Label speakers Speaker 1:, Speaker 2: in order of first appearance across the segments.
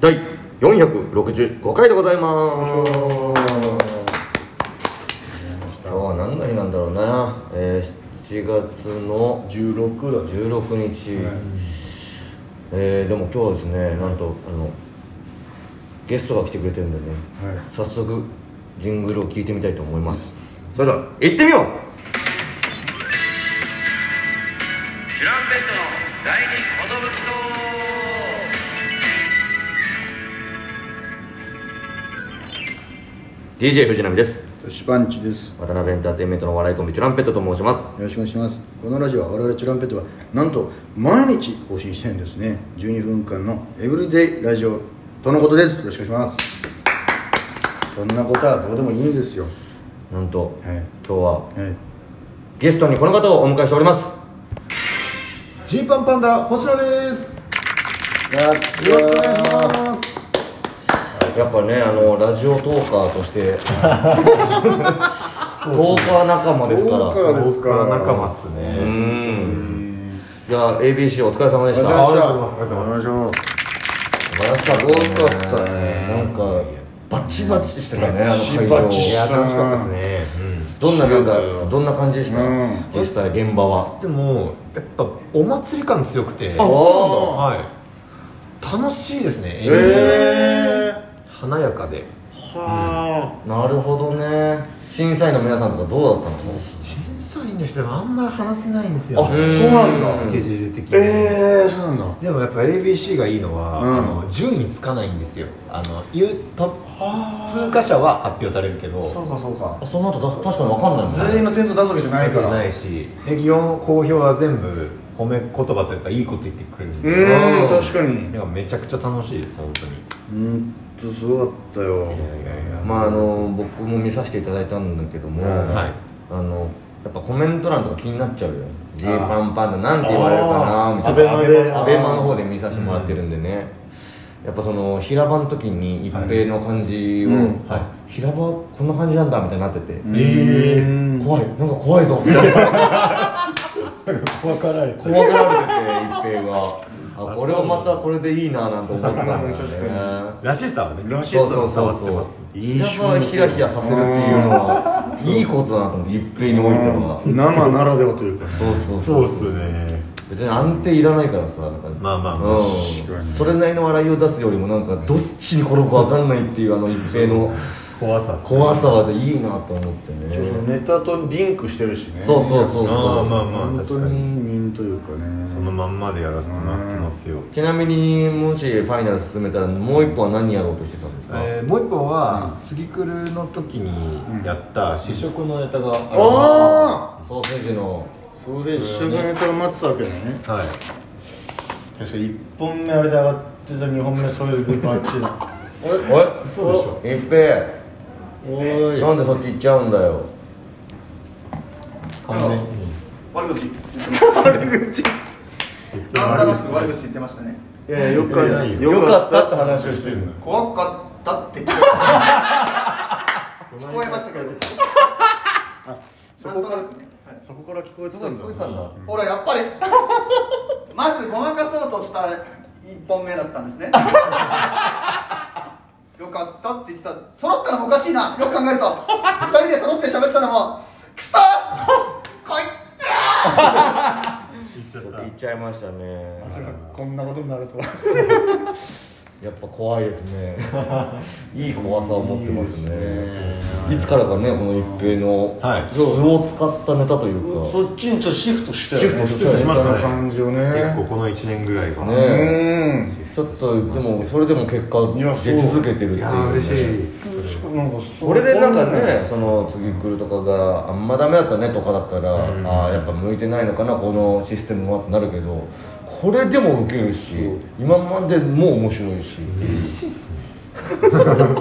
Speaker 1: 第465回でございます今日は何の日なんだろうな、えー、7月の
Speaker 2: 16だね
Speaker 1: 16日、えーでも今日はですねなんとあのゲストが来てくれてるんでね
Speaker 2: はい
Speaker 1: 早速ジングルを聞いてみたいと思いますそれでは行ってみ
Speaker 3: チ
Speaker 1: よう
Speaker 3: ュランペットの第二寿
Speaker 1: DJ 藤波です
Speaker 4: トシパンチです
Speaker 1: 渡辺エンターテインメントの笑いコンビチュランペットと申します
Speaker 4: よろしくお願いしますこのラジオは我々チュランペットがなんと毎日更新してるんですね12分間のエブリデイラジオとのことですよろしくお願いしますそんなことはどうでもいいんですよ
Speaker 1: なんと、
Speaker 4: はい
Speaker 1: 今日は
Speaker 4: はい
Speaker 1: ゲストにこの方をお迎えしております
Speaker 2: ジーパンパンダ星野です
Speaker 4: やった
Speaker 2: よろしくお願いし
Speaker 4: ー
Speaker 2: ます
Speaker 1: やっぱねあのラジオトーカーとして トーカー仲間ですから
Speaker 4: トーカーそうですか
Speaker 2: 僕は仲間っす
Speaker 1: う
Speaker 2: ね
Speaker 1: んいや ABC お疲れ様で
Speaker 4: お
Speaker 1: し
Speaker 4: 疲
Speaker 1: た
Speaker 4: れ様でした
Speaker 2: ありがとうございますありがとうございます
Speaker 1: 素
Speaker 4: お疲れ様でした
Speaker 1: 晴らしかったね
Speaker 4: すごかったね
Speaker 1: なんかバチバチしてたねあ
Speaker 4: バ
Speaker 1: の
Speaker 4: チ
Speaker 1: 会場
Speaker 4: バチ
Speaker 2: い
Speaker 4: し
Speaker 2: や
Speaker 4: た
Speaker 2: 楽しかったですね、
Speaker 1: どんななん
Speaker 4: 違う
Speaker 1: か
Speaker 4: よ
Speaker 1: どんな感じでした
Speaker 4: うん
Speaker 1: 実際現場は
Speaker 2: うん、でもやっぱお祭り感強くて
Speaker 1: あそう
Speaker 4: な
Speaker 2: はい楽しいですね
Speaker 4: えー
Speaker 2: 華やかで
Speaker 4: は
Speaker 1: なるほどね審査員の皆さんとかどうだったの
Speaker 2: 審査員の人でもあんまり話せないんです
Speaker 4: あ
Speaker 2: よ、
Speaker 4: あ
Speaker 2: ね、
Speaker 4: そうなんだ
Speaker 2: スケジュール的に、
Speaker 4: えーそうなんだ
Speaker 2: でもやっぱ ABC がいいのは、
Speaker 4: うん
Speaker 2: あの順位つかないんですよあのゆと
Speaker 4: は
Speaker 2: 通過者は発表されるけど
Speaker 4: そうかそうか
Speaker 1: あその後出す確かに分かんないもん
Speaker 4: 全員の点数出すわけじゃないから
Speaker 2: ないし基本公表は全部褒め言葉というかいいこと言ってくれるん
Speaker 4: う
Speaker 2: で
Speaker 4: ーん確かに
Speaker 2: いやめちゃくちゃ楽しいです本当に
Speaker 4: うんとすごかったよ
Speaker 2: いやいやいや
Speaker 1: まああの僕も見させていただいたんだけども、
Speaker 4: うん
Speaker 2: はい
Speaker 1: あのやっぱコメント欄とか気になっちゃうよ「G
Speaker 4: あー
Speaker 1: パンパン」でなんて言われるかな
Speaker 4: あー
Speaker 1: みたいな
Speaker 4: アベマで
Speaker 1: アベマの方で見させてもらってるんでね、やっぱその平場の時に一平の感じを、
Speaker 4: はいうん
Speaker 1: あ平場こんな感じなんだみたいになってて、
Speaker 4: えー
Speaker 1: 怖いなんか怖いぞみたいな
Speaker 2: 怖かられて
Speaker 1: 怖がられてて一平があこれはまたこれでいいななんて思ったんだよね
Speaker 2: らしさはね
Speaker 4: らし
Speaker 1: そうそう
Speaker 4: さ
Speaker 1: そ
Speaker 4: を
Speaker 1: う
Speaker 4: 伝
Speaker 1: そ
Speaker 4: わ
Speaker 1: う
Speaker 4: ってます
Speaker 1: ひらばひらひらさせるっていうのはいいことだなと思って一平においては
Speaker 4: 生ならではというか
Speaker 1: そうそう
Speaker 2: そうっすね
Speaker 1: 別に安定いらないからさなんか
Speaker 2: まあまあ
Speaker 1: うん
Speaker 4: 確かに
Speaker 1: それなりの笑いを出すよりもなんかどっちに転ぶか分かんないっていうあの一平の
Speaker 2: 怖さっすね
Speaker 1: 怖さはいいなと思ってね
Speaker 4: そうそうネタとリンクしてるしね
Speaker 1: そうそうそう
Speaker 2: あーまあ
Speaker 1: そう
Speaker 2: まあ
Speaker 4: 本当に人というかね
Speaker 2: そのまんまでやらせてもらってますよ
Speaker 1: ちなみにもしファイナル進めたらもう一本は何やろうとしてたんですか
Speaker 2: えーもう一本は次来るの時にやった試食のネタがある
Speaker 4: あ
Speaker 1: ソーセージの
Speaker 4: あそれで一緒にネタを待ってたわけだね
Speaker 2: は
Speaker 4: 確か
Speaker 2: い
Speaker 4: 1本目あれで上がってた2本目それでバッチだ
Speaker 1: おいそうでしょ一平
Speaker 4: おーい
Speaker 1: なんでそっち行っちゃうんだよ
Speaker 2: 完全に
Speaker 5: 悪口悪口なんとなく悪口言ってましたね
Speaker 4: いやよかった
Speaker 1: よかったって話をしてるの
Speaker 5: 怖かったって聞 こえましたけど
Speaker 4: そこから
Speaker 5: なんとなくねはい
Speaker 4: そこから聞こえてたんだ
Speaker 1: 小さんだ
Speaker 5: ほらやっぱりまずごまかそうとした一本目だったん ですねよかったって言ってた揃ったのもおかしいなよく考えると二人で揃って喋ってたのもくそこい
Speaker 1: 行っちゃいましたね
Speaker 4: まさか こんなことになるとは
Speaker 1: やっぱ怖いですねいい怖さを持ってますね
Speaker 4: いいで
Speaker 1: いつからかねこの一平の
Speaker 2: はい
Speaker 1: 図を使ったネタというか、
Speaker 4: そっちにちょっとシフトしてたよね
Speaker 1: シフトして
Speaker 2: ましたね
Speaker 4: ネタの感じをね
Speaker 2: 結構この1年ぐらいが
Speaker 4: う
Speaker 1: ね
Speaker 4: ん
Speaker 1: ちょっとでもそれでも結果
Speaker 4: いやそう
Speaker 1: 出続けてるっていう,、ね、
Speaker 2: いやー嬉しい
Speaker 4: しかもなんかそ
Speaker 1: これでなんかねその次来るとかがあんまダメだったねとかだったら、
Speaker 2: うん
Speaker 1: ああやっぱ向いてないのかなこのシステムはってなるけどこれでもウケるし今までも面白いしっていう
Speaker 2: 嬉しいっすね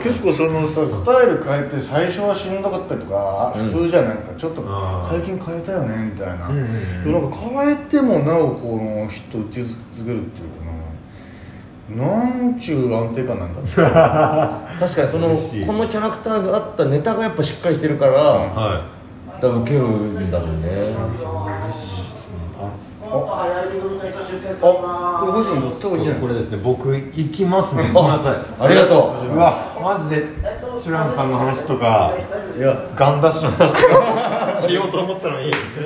Speaker 4: 結構そのさスタイル変えて最初はしんどかったりとか、
Speaker 1: うん
Speaker 4: 普通じゃんなんかちょっと
Speaker 2: あー
Speaker 4: 最近変えたよねみたいな、
Speaker 2: うんうんうん
Speaker 4: でもなんか変えてもなおこの人を打ち続けるっていうかななんちゅう安定感なんだ って
Speaker 1: 確かにその
Speaker 2: 嬉しい
Speaker 1: このキャラクターがあったネタがやっぱしっかりしてるから、
Speaker 2: は
Speaker 1: だからウケるんだろうね
Speaker 5: もっと早い組の人し紹介しており
Speaker 4: これ
Speaker 5: ま
Speaker 4: 星
Speaker 5: す
Speaker 4: 野特にいいんじゃない
Speaker 2: これですね僕行きますねごめんなさい
Speaker 1: ありがとう
Speaker 2: うわマジでシュランさんの話とか
Speaker 4: いや
Speaker 2: ガンダッシュの話とか しようと思ったのに全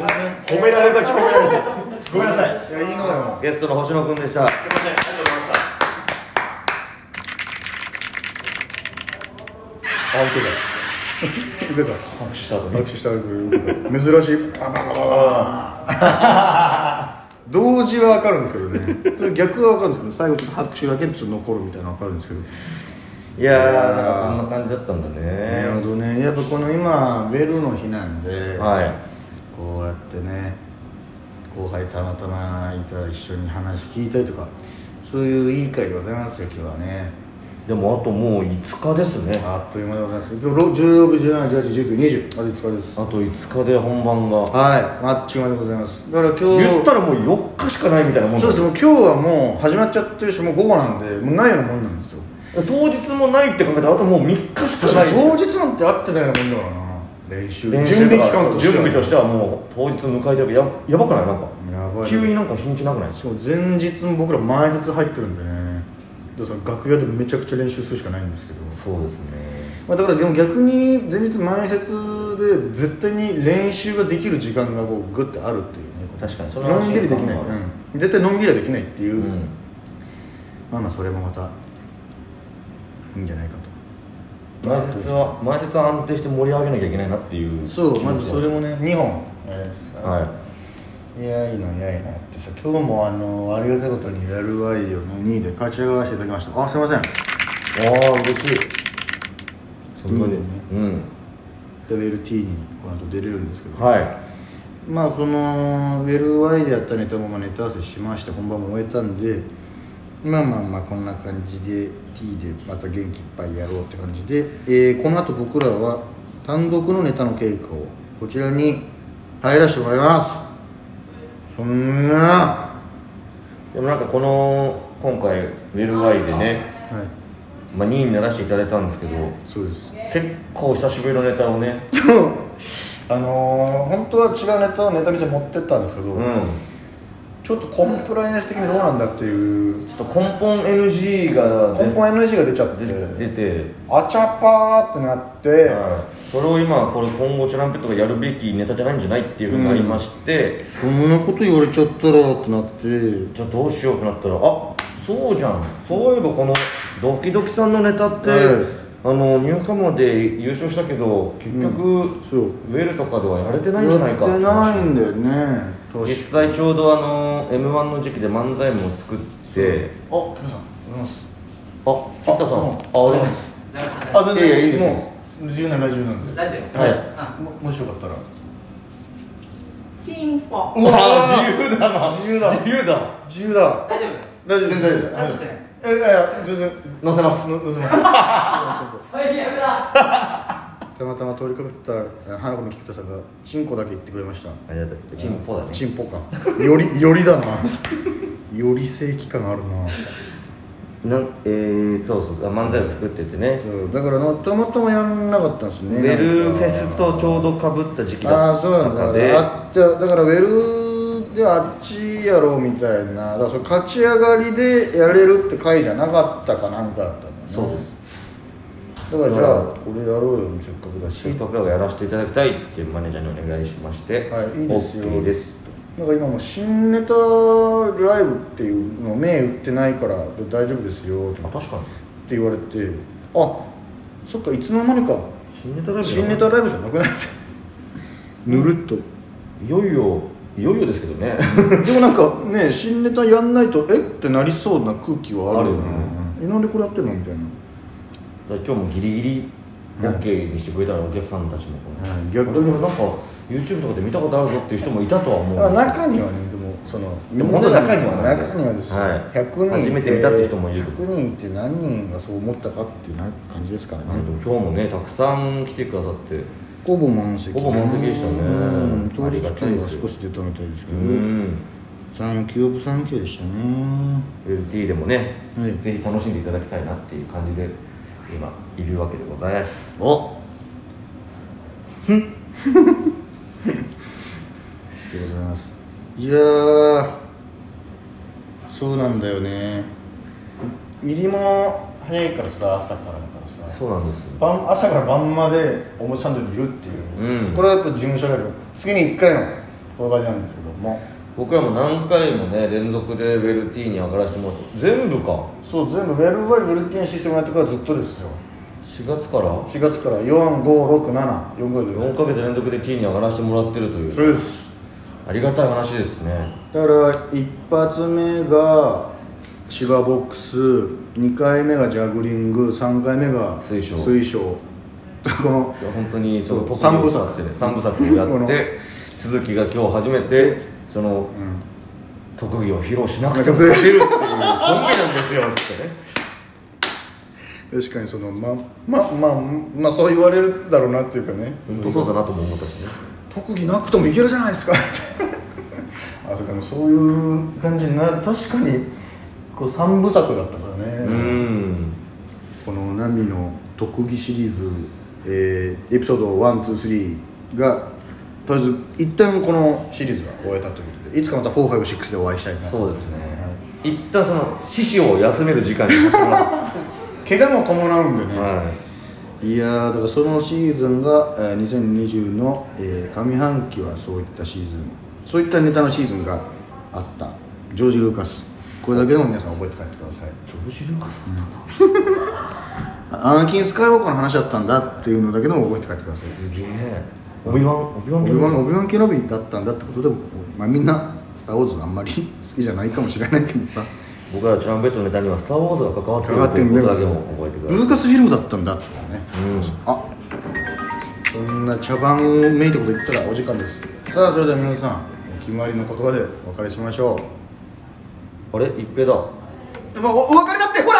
Speaker 2: 然褒められた気持ちになっごめんなさい
Speaker 4: いやいいのよ
Speaker 1: ゲストの星野くんでした
Speaker 4: あ、受けた。受けた。拍手した後拍手した後に受けた。珍しい。パパパパパ同時は分かるんですけどね。それ逆は分かるんですけど、最後ちょっと拍手だけちょっと残るみたいなの分かるんですけど。
Speaker 1: いやーなんかそんな感じだったんだね
Speaker 4: なるほどね。やっぱこの今ベルの日なんで、
Speaker 1: はい
Speaker 4: こうやってね、後輩たまたまいたら一緒に話聞いたりとか、そういういい会でございますよ今日はね。
Speaker 1: でもあともう5日ですね
Speaker 4: あっという間でございます。今日16、17、18、19、20、あと5日です
Speaker 1: あ。と5日で本番が
Speaker 4: はい、マッチまでございます。だから今日
Speaker 1: 言ったらもう4日しかないみたいなもん
Speaker 4: そう
Speaker 1: だ
Speaker 4: です。もう今日はもう始まっちゃってるし、もう午後なんで、もうないようなもんなんですよ。
Speaker 1: 当日もないって考えたらあともう3日し
Speaker 4: 確
Speaker 1: か
Speaker 4: か
Speaker 1: な
Speaker 4: に
Speaker 1: い
Speaker 4: 当日なんて会ってないようなもんだからな。練習
Speaker 1: 練習
Speaker 4: 準備期間として
Speaker 1: 準
Speaker 4: は
Speaker 1: 備としてはもう当日迎えたけどややばくないなんか
Speaker 4: やばい。
Speaker 1: 急になんか日にちなくない
Speaker 4: しかも前日も僕ら前日入ってるんでね。だからその楽屋でめちゃくちゃ練習するしかないんですけど。
Speaker 1: そうですね
Speaker 4: まあ、だからでも逆に前日前説で絶対に練習ができる時間がこうグッてあるっていうね
Speaker 1: 確かにそれは
Speaker 4: のんびりできない、
Speaker 1: 安心感がある
Speaker 4: うん絶対のんびりはできないっていうう、
Speaker 1: ん
Speaker 4: まあまあそれもまたいいんじゃないか
Speaker 1: 前説は前説は安定して盛り上げなきゃいけないなっていう
Speaker 4: とそうまずそれ
Speaker 1: も
Speaker 4: もね2本あれですから
Speaker 1: はい
Speaker 4: やいいのいやいいなってさ今日もあのありがたいことにやるわいよの2位で勝ち上がらせていただきましたあすいません
Speaker 1: いああ嬉しいそんなに
Speaker 4: いいね
Speaker 1: うん
Speaker 4: WLT にこの後出れるんですけど
Speaker 1: はい
Speaker 4: まあこのウェルワイでやったネタもまあネタ合わせしまして本番も終えたんでまあまあまあこんな感じで T でまた元気いっぱいやろうって感じで、えーこの後僕らは単独のネタの稽古をこちらに入らせてもらいますそんなは
Speaker 1: でもなんかこの今回ウェルワイでね、
Speaker 4: い
Speaker 1: まあ、2位にならせていただいたんですけど
Speaker 4: そうです
Speaker 1: 結構久しぶりのネタをね
Speaker 4: そう あのー本当は違うネタをネタ見せ持ってったんですけど、
Speaker 1: うん
Speaker 4: ちょっとコンプライアンス的にどうなんだっていう
Speaker 1: ちょっと根本 NG が
Speaker 4: 根本 NG が出ちゃって
Speaker 1: 出て、
Speaker 4: あちゃぱーってなって、
Speaker 1: それを今これ今後チュランペットがやるべきネタじゃないんじゃないっていうふうになりまして、
Speaker 4: そんなこと言われちゃったらってなって
Speaker 1: じゃあどうしようってなったらあそうじゃんそういえばこのドキドキさんのネタって、
Speaker 4: はい
Speaker 1: あのニューカマーで優勝したけど結局、
Speaker 4: そう
Speaker 1: ウェルとかではやれてないんじゃないか
Speaker 4: やってないんだよね確
Speaker 1: 実際ちょうどあの m 1の時期で漫才も作って
Speaker 4: あ来ましたございます
Speaker 1: あ菊田さん
Speaker 4: あ
Speaker 1: ああります
Speaker 4: あ全然
Speaker 1: いやいやいいですよ
Speaker 4: もう自由なラジオなんで
Speaker 6: ラジオ
Speaker 1: はい
Speaker 6: あ
Speaker 4: ももしよかったら
Speaker 6: チンポ
Speaker 4: うわ
Speaker 1: 自由だな
Speaker 4: 自由だ
Speaker 1: 自由だ
Speaker 4: 自由だ
Speaker 6: 大丈夫
Speaker 4: 大丈夫です大丈夫です
Speaker 6: カットしてない
Speaker 4: えいやいや全然
Speaker 1: 載せます
Speaker 4: ののすまん
Speaker 6: 最悪だ
Speaker 4: たまたま通りかかった花子の菊田さんがチンコだけ言ってくれました
Speaker 1: ありがとうチンポだね
Speaker 4: チンポかよりよりだなより正規感あるな
Speaker 1: なんえー、そうそうあ漫才を作っててね
Speaker 4: そうだからのたまたまやんなかったんですね
Speaker 1: ウェルフェスとちょうどかぶった時期だ
Speaker 4: ああー
Speaker 1: った
Speaker 4: そうなんだ
Speaker 1: の
Speaker 4: だ
Speaker 1: で
Speaker 4: からあっちだからウェルであっちやろうみたいなだからその勝ち上がりでやれるって回じゃなかったかなんかだったんだ
Speaker 1: そうです
Speaker 4: だからじゃあ
Speaker 1: うん
Speaker 4: これやろうよせっかくだし
Speaker 1: せっかくだからやらせていただきたいってマネージャーにお願いしまして
Speaker 4: はいいいですよ
Speaker 1: OK です
Speaker 4: なんか今もう新ネタライブっていうの目打ってないから大丈夫ですよと
Speaker 1: あ
Speaker 4: か
Speaker 1: 確かに
Speaker 4: って言われてあそっかいつの間にか
Speaker 1: 新ネタライブだな
Speaker 4: 新ネタライブじゃなくなって ぬるっと
Speaker 1: いよいよいよいよですけどね
Speaker 4: でもなんかね新ネタやんないとえってなりそうな空気はあるよねえなんでこれやってるのみたいな、
Speaker 1: だから今日もギリギリ OK にしてくれたらお客さんたちもこう、
Speaker 4: はい
Speaker 1: 逆になんか YouTube とかで見たことあるぞっていう人もいたとは思うんです
Speaker 4: あ
Speaker 1: けど
Speaker 4: 中にはねでもその
Speaker 1: でも本当に中にはなんで
Speaker 4: 中にはですよ、
Speaker 1: はい
Speaker 4: 100人
Speaker 1: 初めて見たって人もいる
Speaker 4: 100人って何人がそう思ったかっていうな感じですからね、
Speaker 1: なんと今日もねたくさん来てくださって
Speaker 4: ほぼ満席
Speaker 1: ほぼ満席でしたね
Speaker 4: うん当
Speaker 1: あ
Speaker 4: 日
Speaker 1: りがたい
Speaker 4: 券
Speaker 1: です
Speaker 4: が少し出たみたいですけ
Speaker 1: う
Speaker 4: ど
Speaker 1: ん
Speaker 4: サンキューオブサンキューでしたね
Speaker 1: LT でもね、
Speaker 4: はい
Speaker 1: ぜひ楽しんでいただきたいなっていう感じで今いるわけでございます
Speaker 4: お でございますいやーそうなんだよね
Speaker 2: 入りも早いからさ朝からだからさ
Speaker 1: そうなんですよ
Speaker 2: 晩朝から晩までおもちゃンドにいるっていう、
Speaker 1: うん
Speaker 2: これはやっぱ事務所だけど月に1回のこういう感じなんですけども
Speaker 1: 僕らも何回もね連続でベルティーに上がらせてもらって全部か
Speaker 2: そう全部ウェルバイブルティンシステムやってからずっとですよ
Speaker 1: 4月から
Speaker 2: 4月から45674ぐらいで
Speaker 1: 4ヶ月連続でティーに上がらせてもらってるという
Speaker 2: そうです
Speaker 1: ありがたい話ですね
Speaker 4: だから一発目がシガーボックス2回目がジャグリング3回目が
Speaker 1: 水晶
Speaker 4: 水晶この
Speaker 1: いや本当にその
Speaker 4: そう三部作
Speaker 1: 三部作をや
Speaker 4: こ
Speaker 1: っ
Speaker 4: の
Speaker 1: て鈴木が今日初めてその
Speaker 4: うん
Speaker 1: 特技を披露しなく ても
Speaker 4: な
Speaker 1: 勝
Speaker 4: んか
Speaker 1: てるっていうコンビなんですよつってね
Speaker 4: 確かにそのまままあまあそう言われるだろうなっていうかね
Speaker 1: 本当そうだなとも思ったしね
Speaker 4: 特技なくともいけるじゃないですか あそうかでもそういう感じになる確かにこう3部作だったからね
Speaker 1: うん
Speaker 4: このナミの特技シリーズ、えーエピソード123がとりあえず一旦このシリーズが終えたということでいつかまた456でお会いしたいな
Speaker 1: そうですね一旦その獅子を休める時間にしてもら っ
Speaker 4: 怪我も伴うんで
Speaker 1: て
Speaker 4: ね、、
Speaker 1: はい
Speaker 4: やーだからそのシーズンが、えー2020の、えー上半期はそういったシーズンそういったネタのシーズンがあったジョージ・ルーカスこれだけでも皆さん覚えて帰ってくださいジョージ・ルーカスアナキン・スカイウォーカーの話だったんだっていうのだけでも覚えて帰ってください
Speaker 1: いすげえオビワンオビワン
Speaker 4: オ
Speaker 1: キ
Speaker 4: ビ
Speaker 1: ャビ
Speaker 4: ワ
Speaker 1: ア
Speaker 4: ンオビワン・ケノビだったんだってことで、まあ、みんな「スター・ウォーズ」あんまり好きじゃないかもしれないけどさ
Speaker 1: 僕らチュランペットのネタには「スター・ウォーズ」が関わって
Speaker 4: かかって
Speaker 1: いる
Speaker 4: ん
Speaker 1: とい
Speaker 4: だ
Speaker 1: う
Speaker 4: け
Speaker 1: ことだ
Speaker 4: ど
Speaker 1: けも覚えてください
Speaker 4: ルーカスフィルムだったんだってね、
Speaker 1: うん
Speaker 4: あそんな茶番をめいたこと言ったらお時間ですさあそれでは皆さんお決まりの言葉でお別れしましょう
Speaker 1: あれ一平だ
Speaker 5: でもおお別れだってほ